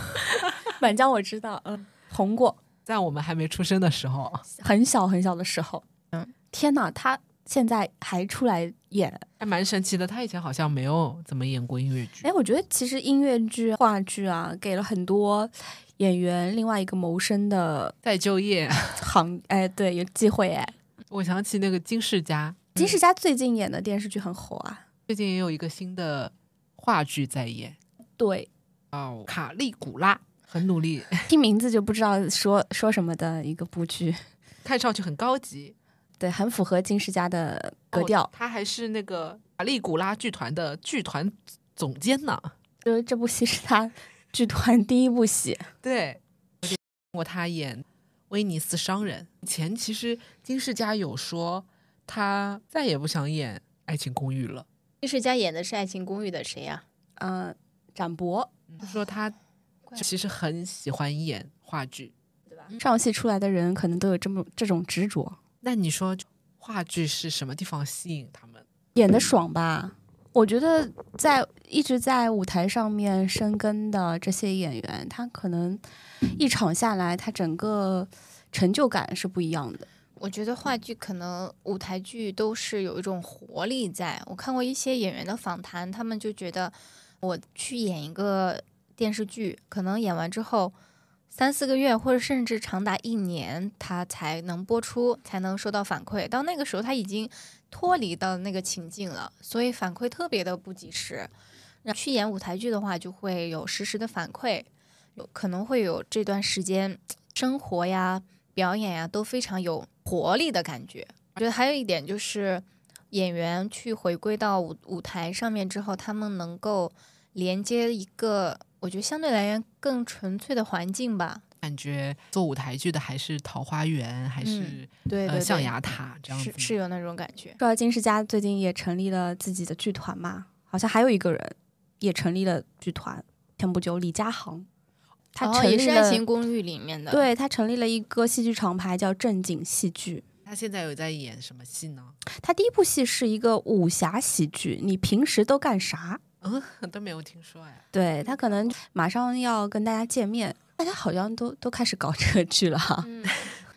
[SPEAKER 7] 满江》我知道，嗯，红过，
[SPEAKER 3] 在我们还没出生的时候，
[SPEAKER 7] 很小很小的时候。
[SPEAKER 6] 嗯，
[SPEAKER 7] 天哪，他现在还出来演。
[SPEAKER 3] 还蛮神奇的。他以前好像没有怎么演过音乐剧
[SPEAKER 7] 哎，，我觉得其实音乐剧、话剧啊，给了很多演员另外一个谋生的
[SPEAKER 3] 再就业。
[SPEAKER 7] 行，哎，对，有机会哎。
[SPEAKER 3] 我想起那个金世佳，
[SPEAKER 7] 金世佳最近演的电视剧很火啊，
[SPEAKER 3] 最近也有一个新的话剧在演，
[SPEAKER 7] 对，
[SPEAKER 3] 哦，卡利古拉，很努力，
[SPEAKER 7] 听名字就不知道说说什么的一个部剧，
[SPEAKER 3] 看上去很高级
[SPEAKER 7] 对，很符合金世佳的格调。
[SPEAKER 3] 哦他还是那个卡利古拉剧团的剧团总监呢。
[SPEAKER 7] 就是这部戏是他剧团第一部戏，
[SPEAKER 3] 对，我他演威尼斯商人。以前其实金世佳有说，他再也不想演《爱情公寓》了，
[SPEAKER 6] 金世佳演的是《爱情公寓》的谁啊呀、
[SPEAKER 7] 嗯、展博
[SPEAKER 6] 嗯
[SPEAKER 3] 就说他其实很喜欢演话剧。
[SPEAKER 7] 上戏出来的人可能都有这么这种执着，
[SPEAKER 3] 那你说话剧是什么地方吸引他们？
[SPEAKER 7] 演的爽吧？我觉得在一直在舞台上面生根的这些演员，他可能一场下来，他整个成就感是不一样的。
[SPEAKER 6] 我觉得话剧可能舞台剧都是有一种活力在。我看过一些演员的访谈，他们就觉得我去演一个电视剧，可能演完之后三四个月，或者甚至长达一年，他才能播出，才能收到反馈。到那个时候，他已经脱离到那个情境了，所以反馈特别的不及时。那去演舞台剧的话，就会有实时的反馈，有可能会有这段时间生活呀、表演呀都非常有活力的感觉。我觉得还有一点就是，演员去回归到舞舞台上面之后，他们能够连接一个我觉得相对来言更纯粹的环境吧。
[SPEAKER 3] 感觉做舞台剧的还是《桃花源》，还是、
[SPEAKER 6] 嗯对
[SPEAKER 3] 呃象牙塔这样子
[SPEAKER 6] 是是有那种感觉。
[SPEAKER 7] 说到金世佳最近也成立了自己的剧团嘛，好像还有一个人也成立了剧团，前不久李佳航。他
[SPEAKER 6] 哦
[SPEAKER 7] 成立
[SPEAKER 6] 也
[SPEAKER 7] 了
[SPEAKER 6] 是《爱情公寓》里面的，，
[SPEAKER 7] 对他成立了一个戏剧厂牌叫正经戏剧。
[SPEAKER 3] 他现在有在演什么戏呢？
[SPEAKER 7] 他第一部戏是一个武侠喜剧，你平时都干啥？
[SPEAKER 3] 嗯， 都没有听说哎。
[SPEAKER 7] 对他可能马上要跟大家见面，大家好像都都开始搞这个剧了哈。
[SPEAKER 6] 嗯，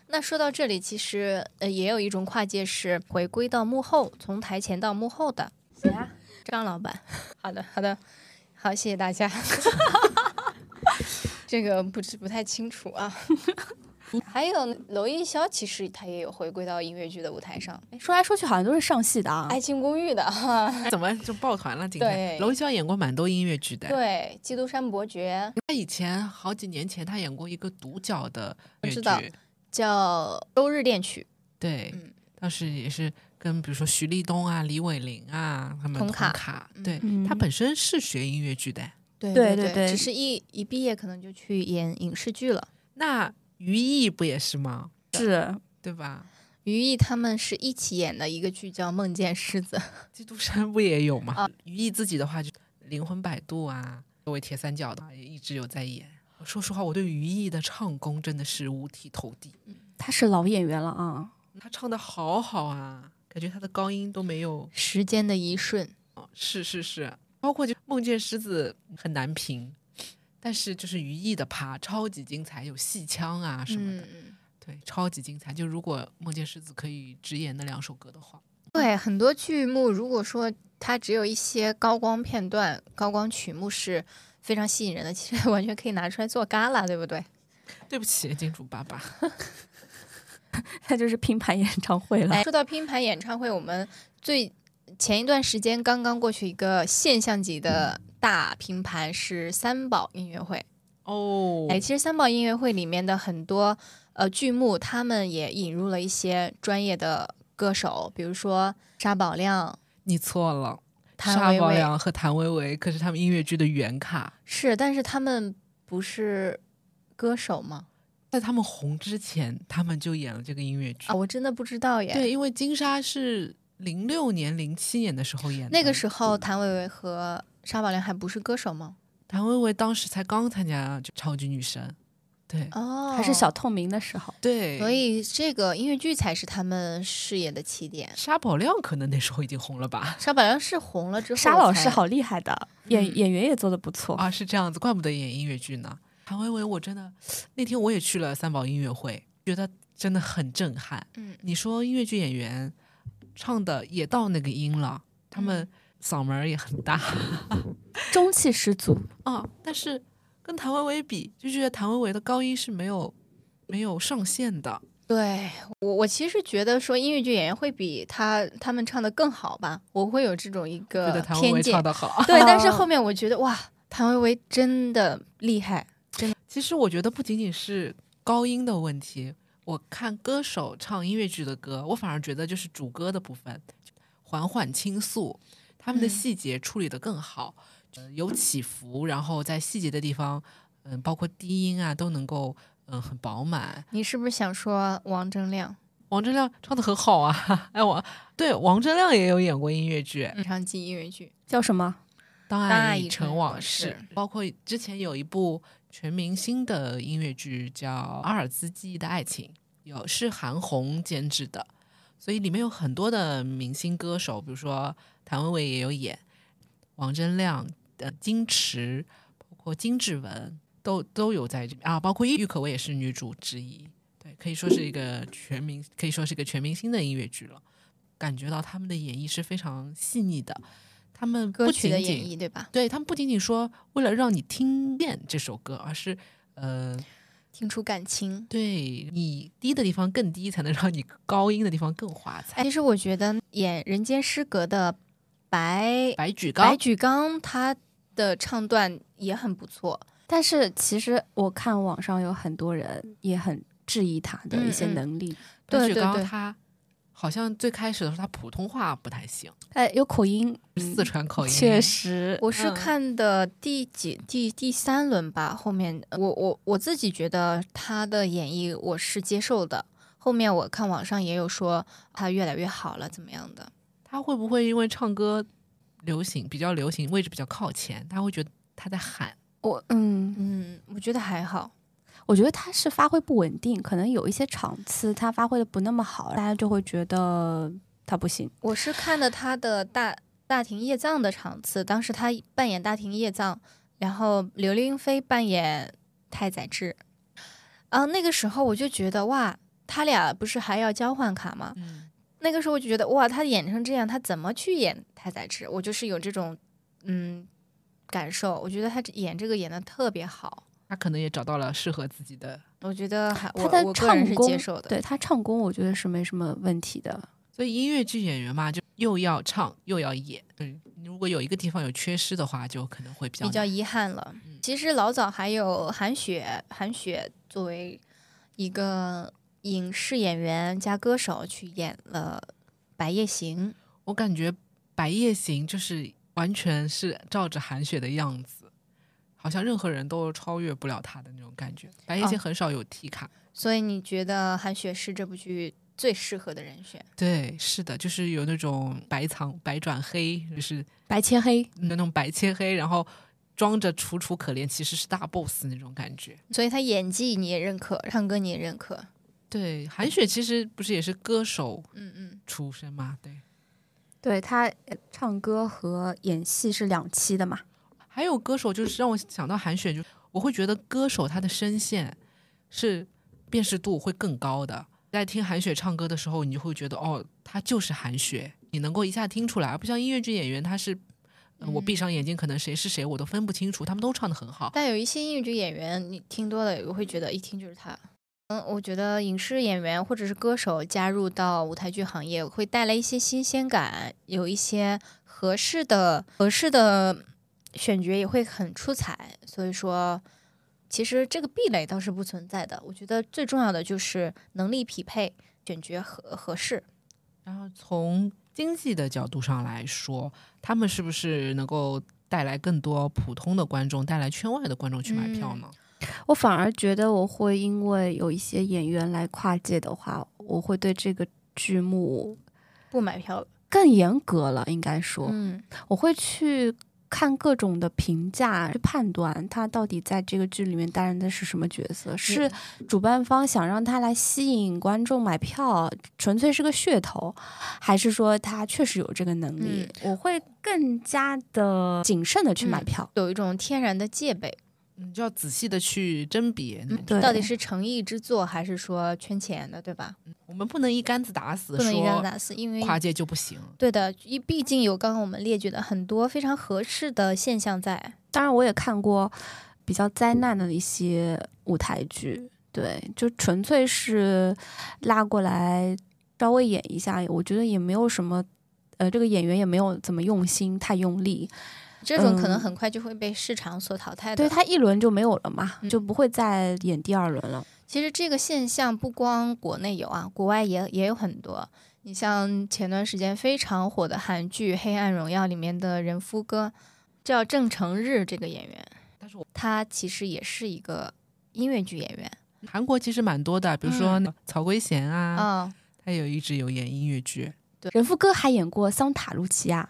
[SPEAKER 6] 那说到这里，其实呃也有一种跨界是回归到幕后，从台前到幕后的。谁啊？张老板。好的，好的，好，谢谢大家。 这个不知不太清楚啊。 还有娄艺潇，其实他也有回归到音乐剧的舞台上，
[SPEAKER 7] 哎说来说去好像都是上戏的啊。
[SPEAKER 6] 爱情公寓》的哈。
[SPEAKER 3] 怎么就抱团了？今天
[SPEAKER 6] 对
[SPEAKER 3] 娄艺潇演过蛮多音乐剧的。
[SPEAKER 6] 对，《基督山伯爵》
[SPEAKER 3] 他以前好几年前他演过一个独角的
[SPEAKER 6] 我
[SPEAKER 3] 音
[SPEAKER 6] 知
[SPEAKER 3] 乐
[SPEAKER 6] 道
[SPEAKER 3] 剧，
[SPEAKER 6] 叫《周日恋曲
[SPEAKER 3] 对
[SPEAKER 6] 嗯，
[SPEAKER 3] 当时也是跟比如说徐立东啊、李伟玲啊他们
[SPEAKER 6] 同
[SPEAKER 3] 同
[SPEAKER 6] 卡
[SPEAKER 3] 卡，对
[SPEAKER 7] 嗯
[SPEAKER 3] 他本身是学音乐剧的。》。
[SPEAKER 6] 对
[SPEAKER 7] 对
[SPEAKER 6] 对
[SPEAKER 7] 对对
[SPEAKER 6] 只是一一毕业可能就去演影视剧了。
[SPEAKER 3] 那于毅不也是吗？
[SPEAKER 7] 是
[SPEAKER 3] 对吧？
[SPEAKER 6] 于毅他们是一起演的一个剧叫《梦见狮子》，
[SPEAKER 3] 基督山不也有
[SPEAKER 6] 啊
[SPEAKER 3] 吗？于毅自己的话就灵魂摆渡啊，作为铁三角的也一直有在演。说实话，我对于毅的唱功真的是五体投地，
[SPEAKER 7] 他是老演员了啊。
[SPEAKER 3] 他唱的好好啊，感觉他的高音都没有
[SPEAKER 6] 时间的一瞬。
[SPEAKER 3] 哦，是是是，包括就梦见狮子很难评，但是就是于毅的趴超级精彩，有戏腔啊什么的，
[SPEAKER 6] 嗯，
[SPEAKER 3] 对，超级精彩。就如果梦见狮子可以只演那两首歌的话，
[SPEAKER 6] 对，很多剧目如果说它只有一些高光片段、高光曲目是非常吸引人的，其实完全可以拿出来做 gala，对不对？
[SPEAKER 3] 对不起，金主爸爸，
[SPEAKER 7] 他就是拼盘演唱会了，
[SPEAKER 6] 哎，说到拼盘演唱会，我们最前一段时间刚刚过去一个现象级的大拼盘是三宝音乐会。
[SPEAKER 3] 哦
[SPEAKER 6] 哎，其实三宝音乐会里面的很多呃剧目，他们也引入了一些专业的歌手，比如说沙宝亮、
[SPEAKER 3] 你错了，
[SPEAKER 6] 谭
[SPEAKER 3] 沙
[SPEAKER 6] 维
[SPEAKER 3] 宝
[SPEAKER 6] 维
[SPEAKER 3] 亮和谭维维可是他们音乐剧的原卡，
[SPEAKER 6] 是，但是他们不是歌手吗？
[SPEAKER 3] 在他们红之前，他们就演了这个音乐剧。
[SPEAKER 6] 啊，我真的不知道耶。
[SPEAKER 3] 对，因为金莎是零六年、零七年的时候演的，
[SPEAKER 6] 那个时候谭维维和沙宝亮还不是歌手吗？
[SPEAKER 3] 谭维维当时才刚参加就超级女声，对、
[SPEAKER 6] 哦，
[SPEAKER 7] 还是小。透明的时候。
[SPEAKER 3] 对，
[SPEAKER 6] 所以这个音乐剧才是他们事业的起点。
[SPEAKER 3] 沙宝亮可能那时候已经红了吧？
[SPEAKER 6] 沙宝亮是红了之后才，
[SPEAKER 7] 沙老师好厉害的，
[SPEAKER 6] 嗯
[SPEAKER 7] 演演员也做的不错。
[SPEAKER 3] 啊，是这样子，怪不得演音乐剧呢。谭维维，我真的那天我也去了三宝音乐会，觉得真的很震撼。
[SPEAKER 6] 嗯，
[SPEAKER 3] 你说音乐剧演员唱的也到那个音了，他
[SPEAKER 6] 嗯
[SPEAKER 3] 们嗓门儿也很 大
[SPEAKER 7] 中气十足。
[SPEAKER 3] 啊，但是跟谭维维比，就觉得谭维维的高音是没有没有上限的。
[SPEAKER 6] 对我，我其实觉得说音乐剧演员会比他他们唱的更好吧，我会有这种一
[SPEAKER 3] 觉得
[SPEAKER 6] 个
[SPEAKER 3] 谭维
[SPEAKER 6] 偏
[SPEAKER 3] 维
[SPEAKER 6] 见
[SPEAKER 3] 唱。的好。
[SPEAKER 6] 对，但是后面我觉得哇，谭维维真的厉害，
[SPEAKER 3] 其实我觉得不仅仅是高音的问题，我看歌手唱音乐剧的歌，我反而觉得就是主歌的部分，缓缓倾诉，他们的
[SPEAKER 6] 嗯
[SPEAKER 3] 细节处理得更好，呃有起伏，然后在细节的地方，嗯、包括低音啊，都能够嗯、很饱满。
[SPEAKER 6] 你是不是想说王铮亮
[SPEAKER 3] 王铮亮唱的很好啊， 哎我对王铮亮也有演过音乐剧，
[SPEAKER 6] 《唱记音乐剧
[SPEAKER 7] 叫什么？
[SPEAKER 3] 当
[SPEAKER 6] 当
[SPEAKER 3] 爱
[SPEAKER 6] 爱
[SPEAKER 3] 已
[SPEAKER 6] 已成
[SPEAKER 3] 成往
[SPEAKER 6] 往
[SPEAKER 3] 事
[SPEAKER 6] 事，
[SPEAKER 3] 包括之前有一部全明星的音乐剧叫《阿尔兹记忆的爱情》，有是韩红监制的，所以里面有很多的明星歌手，比如说谭维维也有演，王铮亮、呃金池，包括金志文都都有在这边啊，包括郁可唯也是女主之一，对，可以说是一个全明，可以说是一个全明星的音乐剧了。感觉到他们的演绎是非常细腻的，他们》不
[SPEAKER 6] 歌曲
[SPEAKER 3] 仅
[SPEAKER 6] 的
[SPEAKER 3] 仅
[SPEAKER 6] 演绎，对吧？
[SPEAKER 3] 对他们不仅仅说为了让你听见这首歌，而是呃，
[SPEAKER 6] 听出感情。
[SPEAKER 3] 对你低的地方更低，才能让你高音的地方更华彩。
[SPEAKER 6] 哎，其实我觉得演《人间失格》的白
[SPEAKER 3] 白举纲
[SPEAKER 6] 白，举纲，他的唱段也很不错。
[SPEAKER 7] 但是其实我看网上有很多人也很质疑他的一些
[SPEAKER 6] 嗯嗯
[SPEAKER 7] 能力，
[SPEAKER 3] 白
[SPEAKER 6] 对
[SPEAKER 3] 举
[SPEAKER 6] 对
[SPEAKER 3] 纲
[SPEAKER 6] 对
[SPEAKER 3] 他好像最开始的时候他普通话不太行，
[SPEAKER 7] 哎，有口音，
[SPEAKER 6] 嗯
[SPEAKER 3] 四川口音，
[SPEAKER 7] 确实，
[SPEAKER 6] 我是
[SPEAKER 3] 嗯
[SPEAKER 6] 看的第几第第三轮吧，后面我我我自己觉得他的演绎我是接受的。后面我看网上也有说他越来越好了，怎么样的？
[SPEAKER 3] 他会不会因为唱歌流行比较流行，位置比较靠前，他会觉得他在喊？
[SPEAKER 7] 我嗯，
[SPEAKER 6] 嗯，我觉得还好。
[SPEAKER 7] 我觉得他是发挥不稳定，可能有一些场次他发挥的不那么好，大家就会觉得他不行。
[SPEAKER 6] 我是看的他的大大庭叶藏的场次，当时他扮演大庭叶藏，然后刘令飞扮演太宰治。啊，那个时候我就觉得哇，他俩不是还要交换卡吗？
[SPEAKER 3] 嗯，
[SPEAKER 6] 那个时候我就觉得哇，他演成这样，他怎么去演太宰治？我就是有这种嗯感受，我觉得他这演这个演的特别好，
[SPEAKER 3] 他可能也找到了适合自己的
[SPEAKER 6] 我觉得还
[SPEAKER 7] 他
[SPEAKER 6] 我
[SPEAKER 7] 的
[SPEAKER 6] 我个人
[SPEAKER 7] 唱
[SPEAKER 6] 是
[SPEAKER 7] 功
[SPEAKER 6] 接受的。
[SPEAKER 7] 对他唱功，我觉得是没什么问题的。
[SPEAKER 3] 所以音乐剧演员嘛，就又要唱又要演，嗯，如果有一个地方有缺失的话，就可能会比较
[SPEAKER 6] 比较
[SPEAKER 3] 难嗯
[SPEAKER 6] 遗憾了。其实老早还有韩雪，韩雪作为一个影视演员加歌手去演了《白夜行
[SPEAKER 3] 我感觉《白夜行》就是完全是照着韩雪的样子，好像任何人都超越不了她的那种感觉。《白夜行》
[SPEAKER 6] 哦
[SPEAKER 3] 很少有替卡，》，
[SPEAKER 6] 所以你觉得韩雪是这部剧最适合的人选？
[SPEAKER 3] 对，是的，就是有那种白藏白转黑，就是
[SPEAKER 7] 白切黑，
[SPEAKER 3] 那种白切黑，然后装着楚楚可怜，其实是大 boss 那种感觉。
[SPEAKER 6] 所以她演技你也认可，唱歌你也认可。
[SPEAKER 3] 对，韩雪其实不是也是歌手
[SPEAKER 6] 嗯嗯，
[SPEAKER 3] 出身嘛？对，
[SPEAKER 7] 对他呃唱歌和演戏是两期的嘛？
[SPEAKER 3] 还有歌手，就是让我想到韩雪，就我会觉得歌手她的声线是辨识度会更高的。在听韩雪唱歌的时候，你就会觉得哦，她就是韩雪，你能够一下听出来，而不像音乐剧演员，他是、呃我
[SPEAKER 6] 嗯
[SPEAKER 3] 闭上眼睛，可能谁是谁我都分不清楚，他们都唱的很好。
[SPEAKER 6] 但有一些音乐剧演员，你听多了，我会觉得一听就是他。嗯，我觉得影视演员或者是歌手加入到舞台剧行业，会带来一些新鲜感，有一些合适的合适的选角也会很出彩，所以说。其实这个壁垒倒是不存在的，我觉得最重要的就是能力匹配、选角合合适。
[SPEAKER 3] 然后从经济的角度上来说，他们是不是能够带来更多普通的观众，带来圈外的观众去买
[SPEAKER 6] 嗯
[SPEAKER 3] 票呢？
[SPEAKER 7] 我反而觉得我会因为有一些演员来跨界的话，我会对这个剧目
[SPEAKER 6] 不买票了，
[SPEAKER 7] 更严格了，应该说，
[SPEAKER 6] 嗯，
[SPEAKER 7] 我会去看各种的评价，去判断他到底在这个剧里面担任的是什么角色，是主办方想让他来吸引观众买票，纯粹是个噱头，还是说他确实有这个能力？我会更加的谨慎的去买
[SPEAKER 6] 嗯
[SPEAKER 7] 票。
[SPEAKER 6] 有一种天然的戒备，
[SPEAKER 3] 你嗯就要仔细的去甄别。
[SPEAKER 6] 嗯
[SPEAKER 7] 对
[SPEAKER 6] 到底是诚意之作还是说圈钱的，对吧？
[SPEAKER 3] 我们不能一竿子打死，
[SPEAKER 6] 不能一竿子
[SPEAKER 3] 死，
[SPEAKER 6] 打死，因为
[SPEAKER 3] 跨界就不行。
[SPEAKER 6] 对的，一毕竟有刚刚我们列举的很多非常合适的现象在。
[SPEAKER 7] 当然，我也看过比较灾难的一些舞台剧，对，就纯粹是拉过来稍微演一下，我觉得也没有什么，呃，这个演员也没有怎么用心，太用力，
[SPEAKER 6] 这种可能
[SPEAKER 7] 嗯
[SPEAKER 6] 很快就会被市场所淘汰的。
[SPEAKER 7] 对他一轮就没有了嘛，
[SPEAKER 6] 嗯
[SPEAKER 7] 就不会再演第二轮了。
[SPEAKER 6] 其实这个现象不光国内有啊，国外也也有很多。你像前段时间非常火的韩剧《黑暗荣耀》里面的人夫哥，叫郑成日这个演员，
[SPEAKER 3] 但是我
[SPEAKER 6] 他其实也是一个音乐剧演员
[SPEAKER 3] 韩国其实蛮多的，比如说
[SPEAKER 6] 嗯
[SPEAKER 3] 那个曹圭贤啊，
[SPEAKER 6] 啊、
[SPEAKER 3] 他有一直有演音乐剧。
[SPEAKER 7] 人夫哥还演过桑塔露琪亚，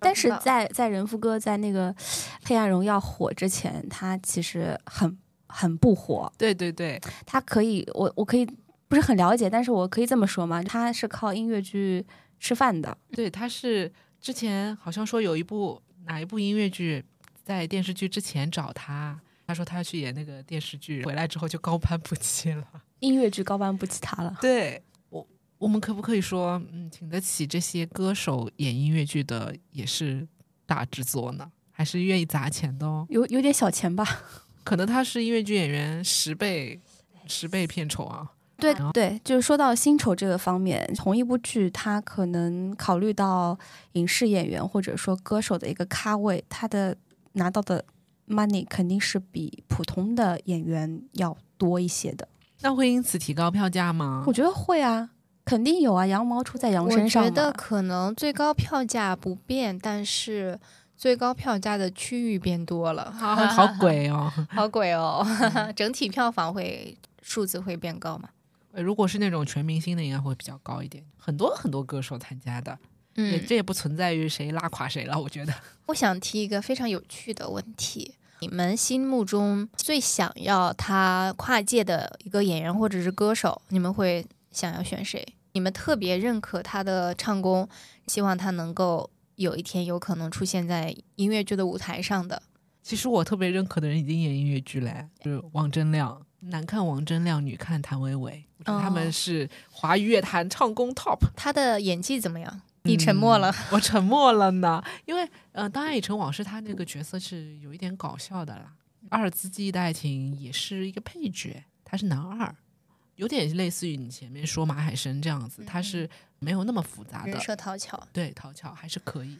[SPEAKER 7] 但是在在人夫哥在那个《黑暗荣耀》火之前，他其实很很不火，
[SPEAKER 3] 对对对，
[SPEAKER 7] 他可以，我我可以不是很了解，但是我可以这么说嘛，他是靠音乐剧吃饭的。
[SPEAKER 3] 对，他是之前好像说有一部哪一部音乐剧在电视剧之前找他，他说他要去演那个电视剧，回来之后就高攀不起了。
[SPEAKER 7] 音乐剧高攀不起他了，
[SPEAKER 3] 对我，我们可不可以说，嗯，请得起这些歌手演音乐剧的也是大制作呢？还是愿意砸钱的哦？
[SPEAKER 7] 有有点小钱吧？
[SPEAKER 3] 可能他是音乐剧演员十倍十倍片酬啊。
[SPEAKER 7] 对
[SPEAKER 8] 哦
[SPEAKER 3] 然后
[SPEAKER 7] 对，就是说到薪酬这个方面，同一部剧，他可能考虑到影视演员或者说歌手的一个咖位，他的拿到的 money 肯定是比普通的演员要多一些的。
[SPEAKER 3] 那会因此提高票价吗
[SPEAKER 8] 哦
[SPEAKER 7] 我？觉得会啊，肯定有啊，羊毛出在羊身上
[SPEAKER 6] 我
[SPEAKER 7] 嘛。
[SPEAKER 6] 觉得可能最高票价不变，但是最高票价的区域变多了，
[SPEAKER 3] 啊，好鬼哦！
[SPEAKER 6] 好鬼哦！ 整体票房会数字会变高嘛？
[SPEAKER 3] 呃如果是那种全明星的，应该会比较高一点。很多很多歌手参加的，也
[SPEAKER 6] 嗯，
[SPEAKER 3] 这也不存在于谁拉垮谁了。我觉得，
[SPEAKER 6] 我想提一个非常有趣的问题：你们心目中最想要他跨界的一个演员或者是歌手，你们会想要选谁？你们特别认可他的唱功，希望他能够有一天有可能出现在音乐剧的舞台上的。
[SPEAKER 3] 其实我特别认可的人已经演音乐剧嘞，就是王铮亮，男看王铮亮，女看谭维维，我觉得他
[SPEAKER 6] 哦
[SPEAKER 3] 们是华语乐坛唱功 top。
[SPEAKER 6] 他的演技怎么样？你沉默了，
[SPEAKER 3] 我沉默了呢，因为呃，当爱已成往事，他那个角色是有一点搞笑的啦。阿尔兹记忆的爱情也是一个配角，他是男二，有点类似于你前面说马海生这样子，他是没有那么复杂的
[SPEAKER 6] 嗯人，设讨巧。
[SPEAKER 3] 对，讨巧还是可以。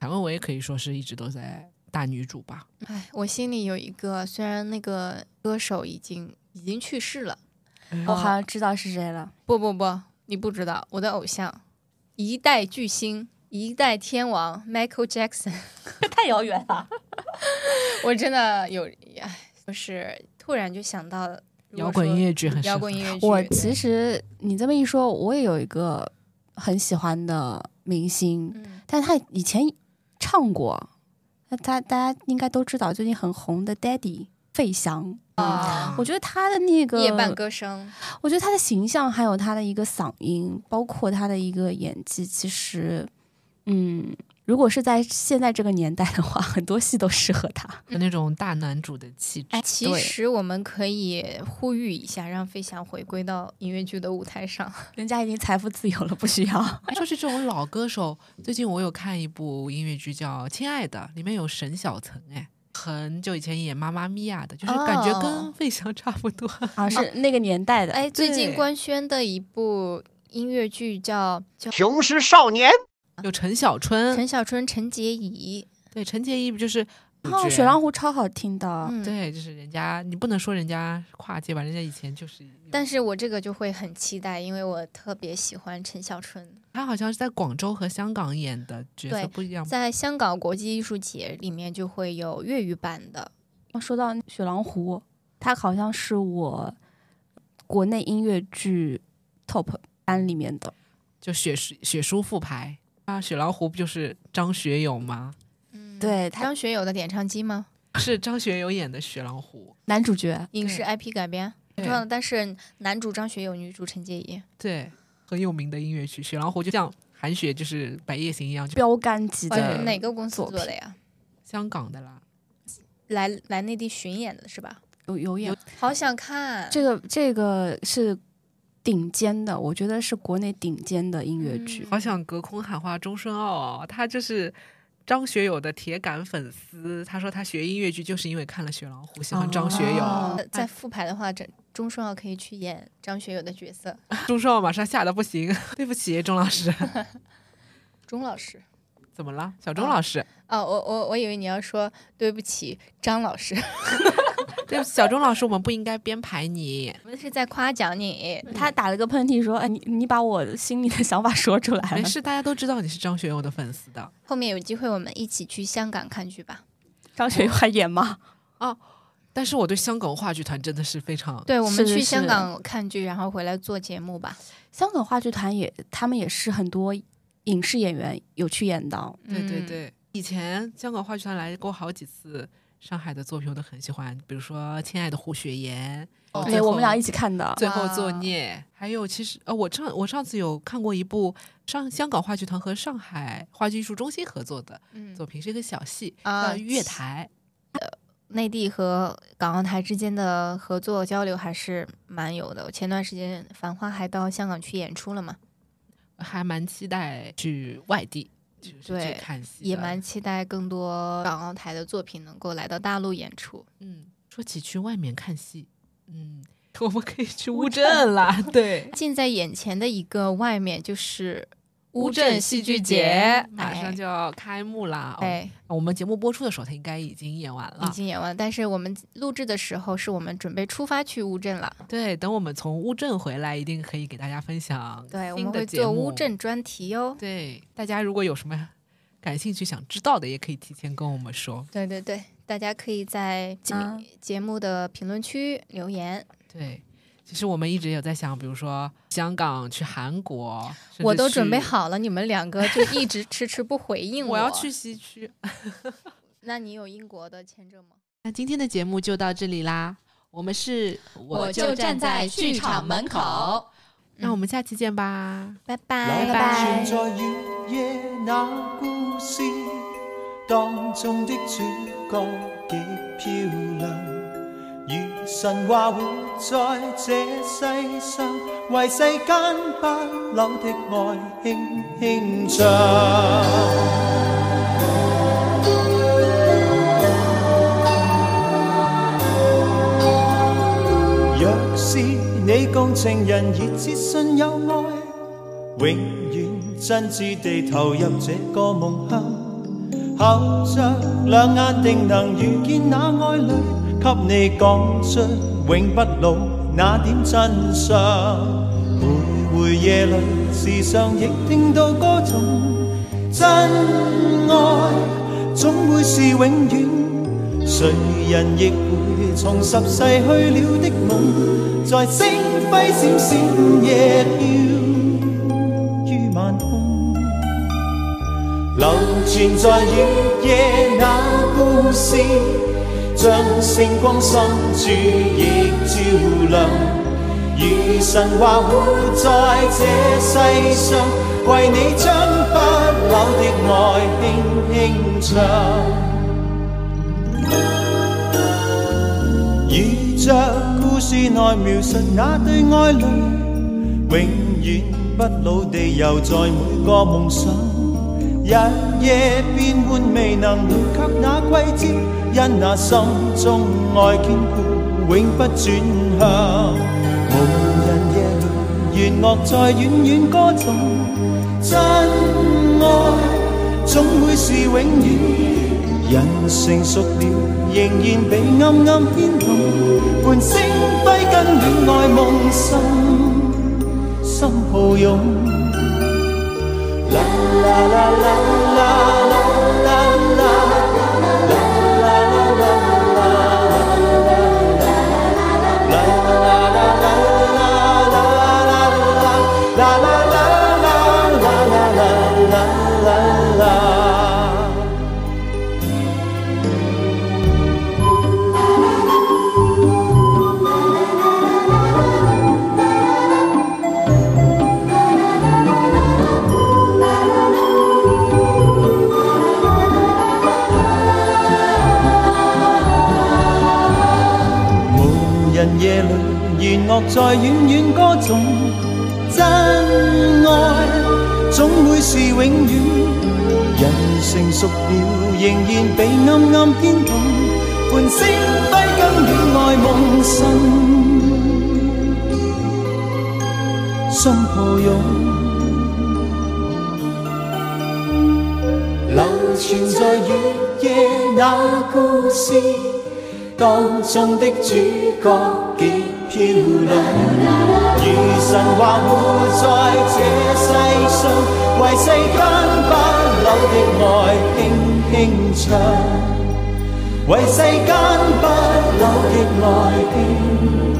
[SPEAKER 3] 谭维维可以说是一直都在大女主吧，
[SPEAKER 6] 哎，我心里有一个，虽然那个歌手已经已经去世了，
[SPEAKER 7] 我好像知道是谁了。
[SPEAKER 6] 不不不，你不知道，我的偶像，一代巨星，一代天王 Michael Jackson，
[SPEAKER 8] 太遥远了。
[SPEAKER 6] 我真的有，哎，就是突然就想到了
[SPEAKER 3] 摇滚音，乐剧
[SPEAKER 6] 如
[SPEAKER 3] 很
[SPEAKER 6] 果说
[SPEAKER 3] 适合
[SPEAKER 6] 摇滚音乐剧，
[SPEAKER 7] 我其实你这么一说，我也有一个很喜欢的明星，
[SPEAKER 6] 嗯，
[SPEAKER 7] 但他以前唱过，那他大家应该都知道，最近很红的 Daddy 费翔，
[SPEAKER 6] 啊
[SPEAKER 7] 我觉得他的那个
[SPEAKER 6] 夜半歌声，
[SPEAKER 7] 我觉得他的形象，还有他的一个嗓音，包括他的一个演技，其实，嗯，如果是在现在这个年代的话， 很多戏都适合他。
[SPEAKER 3] 的那种大男主的气质。
[SPEAKER 6] 哎，其
[SPEAKER 7] 对
[SPEAKER 6] 实我们可以呼吁一下，让飞翔回归到音乐剧的舞台上。
[SPEAKER 7] 人家已经财富自由了，不需 要。
[SPEAKER 3] 说是这种老歌手，最近我有看一部音乐剧叫《亲爱的》，里面有沈小岑，哎，很久以前演《妈妈咪呀》的，就是感觉跟
[SPEAKER 6] 哦
[SPEAKER 3] 费翔差不多。
[SPEAKER 7] 啊，是 那个年代的，
[SPEAKER 6] 哎，最近
[SPEAKER 3] 对
[SPEAKER 6] 官宣的一部音乐剧叫叫
[SPEAKER 9] 雄狮少年。
[SPEAKER 3] 有陈小春，
[SPEAKER 6] 陈小春、陈洁仪，
[SPEAKER 3] 对，陈洁仪不就是
[SPEAKER 1] 哦，
[SPEAKER 3] 主
[SPEAKER 1] 《水
[SPEAKER 3] 角
[SPEAKER 1] 浪湖》超好听
[SPEAKER 7] 啊
[SPEAKER 1] 的，
[SPEAKER 6] 嗯，
[SPEAKER 3] 对，就是人家，你不能说人家跨界吧，人家以前就是有，
[SPEAKER 6] 但是我这个就会很期待，因为我特别喜欢陈小春。
[SPEAKER 3] 他好像是在广州和香港演的角色
[SPEAKER 6] 对
[SPEAKER 3] 不一样。
[SPEAKER 6] 在香港国际艺术节里面就会有粤语版的，
[SPEAKER 1] 哦说到《雪狼湖》，它好像是我国内音乐剧 top 单里面的。
[SPEAKER 3] 就雪叔雪叔复牌啊，雪狼湖不就是张学友吗？
[SPEAKER 6] 嗯，
[SPEAKER 1] 对他
[SPEAKER 6] 张学友的点唱机吗？
[SPEAKER 3] 是张学友演的雪狼湖。
[SPEAKER 1] 男主角
[SPEAKER 6] 影视 IP 改编，
[SPEAKER 3] 对
[SPEAKER 6] 重要的，但是男主张学友，女主陈洁仪。
[SPEAKER 3] 对，很有名的音乐剧《雪狼湖》，就像韩雪就是《白夜行》一样，就
[SPEAKER 1] 标杆级
[SPEAKER 3] 哦
[SPEAKER 6] 哎
[SPEAKER 1] 的，
[SPEAKER 6] 哪个公司
[SPEAKER 1] 作
[SPEAKER 6] 做
[SPEAKER 1] 品
[SPEAKER 6] 的呀？
[SPEAKER 3] 香港的啦。
[SPEAKER 6] 来来内地巡演的是吧？
[SPEAKER 1] 有有演
[SPEAKER 6] 好想看
[SPEAKER 1] 这个这个是顶尖的，我觉得是国内顶尖的音乐剧。
[SPEAKER 3] 好想隔空喊话钟顺奥、哦，他就是张学友的铁杆粉丝。他说他学音乐剧就是因为看了《雪狼湖》，喜欢张学友。
[SPEAKER 1] 哦
[SPEAKER 6] 呃再复排的话，这钟顺奥可以去演张学友的角色，
[SPEAKER 3] 钟顺奥马上吓得不行， 对不起，钟老师，
[SPEAKER 6] 钟老师。
[SPEAKER 3] 怎么了？小钟老师，
[SPEAKER 6] 哦，我我我以为你要说对不起张老师，
[SPEAKER 3] 对不起，小钟老师，我们不应该编排 你。
[SPEAKER 6] 我们是在夸奖你。
[SPEAKER 3] 嗯
[SPEAKER 1] 他打了个喷嚏，说：“哎，你你把我心里的想法说出来
[SPEAKER 3] 没
[SPEAKER 1] 了。
[SPEAKER 3] 事，大家都知道你是张学友的粉丝的。
[SPEAKER 6] 后面有机会我们一起去香港看剧吧。”
[SPEAKER 1] 张学友还演吗？
[SPEAKER 3] 但是我对香港话剧团真的是非常
[SPEAKER 6] 对，我
[SPEAKER 1] 是
[SPEAKER 6] 们
[SPEAKER 1] 是
[SPEAKER 6] 去
[SPEAKER 1] 是
[SPEAKER 6] 香港看剧，然后回来做节目吧。
[SPEAKER 1] 香港话剧团也，他们也是很多影视演员有去演的。
[SPEAKER 3] 对对
[SPEAKER 6] 嗯，
[SPEAKER 3] 对，以前香港话剧团来过好几次上海的作品，我都很喜欢，比如说《亲爱的胡雪岩》
[SPEAKER 6] 哦
[SPEAKER 3] 最
[SPEAKER 1] 对，
[SPEAKER 3] 后
[SPEAKER 1] 我们俩一起看的。
[SPEAKER 3] 最后作
[SPEAKER 6] 哇
[SPEAKER 3] 孽，还有其实呃，我上我上次有看过一部上香港话剧团和上海话剧艺术中心合作的
[SPEAKER 6] 嗯
[SPEAKER 3] 作，品，是一个小戏，叫
[SPEAKER 6] 啊
[SPEAKER 3] 《月台
[SPEAKER 6] 内地和港澳台之间的合作交流还是蛮有的。我前段时间《繁花》还到香港去演出了嘛，》，
[SPEAKER 3] 还蛮期待去外地去去
[SPEAKER 6] 对
[SPEAKER 3] 看戏的，
[SPEAKER 6] 也蛮期待更多港澳台的作品能够来到大陆演出。
[SPEAKER 3] 嗯。说起去外面看戏，嗯， 我们可以去乌镇啦，对。
[SPEAKER 6] 近在眼前的一个外面就是
[SPEAKER 3] 乌镇
[SPEAKER 6] 镇
[SPEAKER 3] 戏
[SPEAKER 6] 剧
[SPEAKER 3] 剧节马
[SPEAKER 6] 哎
[SPEAKER 3] 上就要开幕啦！哦
[SPEAKER 6] 哎，
[SPEAKER 3] 我们节目播出的时候，它应该已经演完
[SPEAKER 6] 已
[SPEAKER 3] 了。
[SPEAKER 6] 经演完了，但是我们录制的时候是我们准备出发去乌镇了。
[SPEAKER 3] 对，等我们从乌镇回来，一定可以给大家分享
[SPEAKER 6] 对，我
[SPEAKER 3] 新
[SPEAKER 6] 们
[SPEAKER 3] 的
[SPEAKER 6] 会
[SPEAKER 3] 节
[SPEAKER 6] 做
[SPEAKER 3] 目。
[SPEAKER 6] 乌镇专题哟。
[SPEAKER 3] 对大家如果有什么感兴趣、想知道的，也可以提前跟我们说。
[SPEAKER 6] 对对对，大家可以在节
[SPEAKER 1] 啊
[SPEAKER 6] 节目的评论区留言，
[SPEAKER 3] 对，其实我们一直有在想，比如说香港、去韩国，甚至
[SPEAKER 6] 我都准备
[SPEAKER 3] 去。
[SPEAKER 6] 好了，你们两个就一直迟迟不回应
[SPEAKER 3] 我要去，西区。
[SPEAKER 6] 那你有英国的签证吗？
[SPEAKER 3] 那今天的节目就到这里啦，我们是
[SPEAKER 5] 我就站在剧场门口。
[SPEAKER 6] 嗯
[SPEAKER 3] 那我们下期见吧。
[SPEAKER 6] 拜
[SPEAKER 10] 老
[SPEAKER 6] 拜
[SPEAKER 10] 伯
[SPEAKER 6] 拜
[SPEAKER 10] 存在雨夜那故事当中的主角极漂亮，如神话活在这世上，为世间不朽的爱轻轻唱。若是你共情人熱切信有愛，永遠真摯地投入這個夢鄉，後着兩眼定能遇見那愛侶，給你講出永不老那點真相。每回夜裏，時常亦聽到歌頌，真愛總會是永遠。谁人亦会重拾逝去了的梦，在星辉闪闪夜飘于晚空。流传在雨夜那故事，将星光深处亦照亮。如神话活在这世上，为你将不朽的爱轻轻唱。遇着故事内描述那对爱侣，永远不老地游在每个梦想。日夜變換未能回卻那季節，因那心中愛堅固，永不轉向。無人夜裏，弦樂在遠遠歌頌，真愛總會是永遠。人成熟了，仍然被暗暗牵动，伴星辉跟恋爱梦心心抱拥。啦啦啦啦啦啦啦啦啦啦啦啦啦啦啦啦啦。无人夜里，弦乐在远远歌颂，真爱总会是永远。人成熟了，仍然被暗暗牵动，伴星辉跟恋爱梦心心抱拥。流传在月夜那故事，当中的主角极漂亮，如神话活在这世上，为世间不朽的爱轻轻唱，为世间不朽的爱轻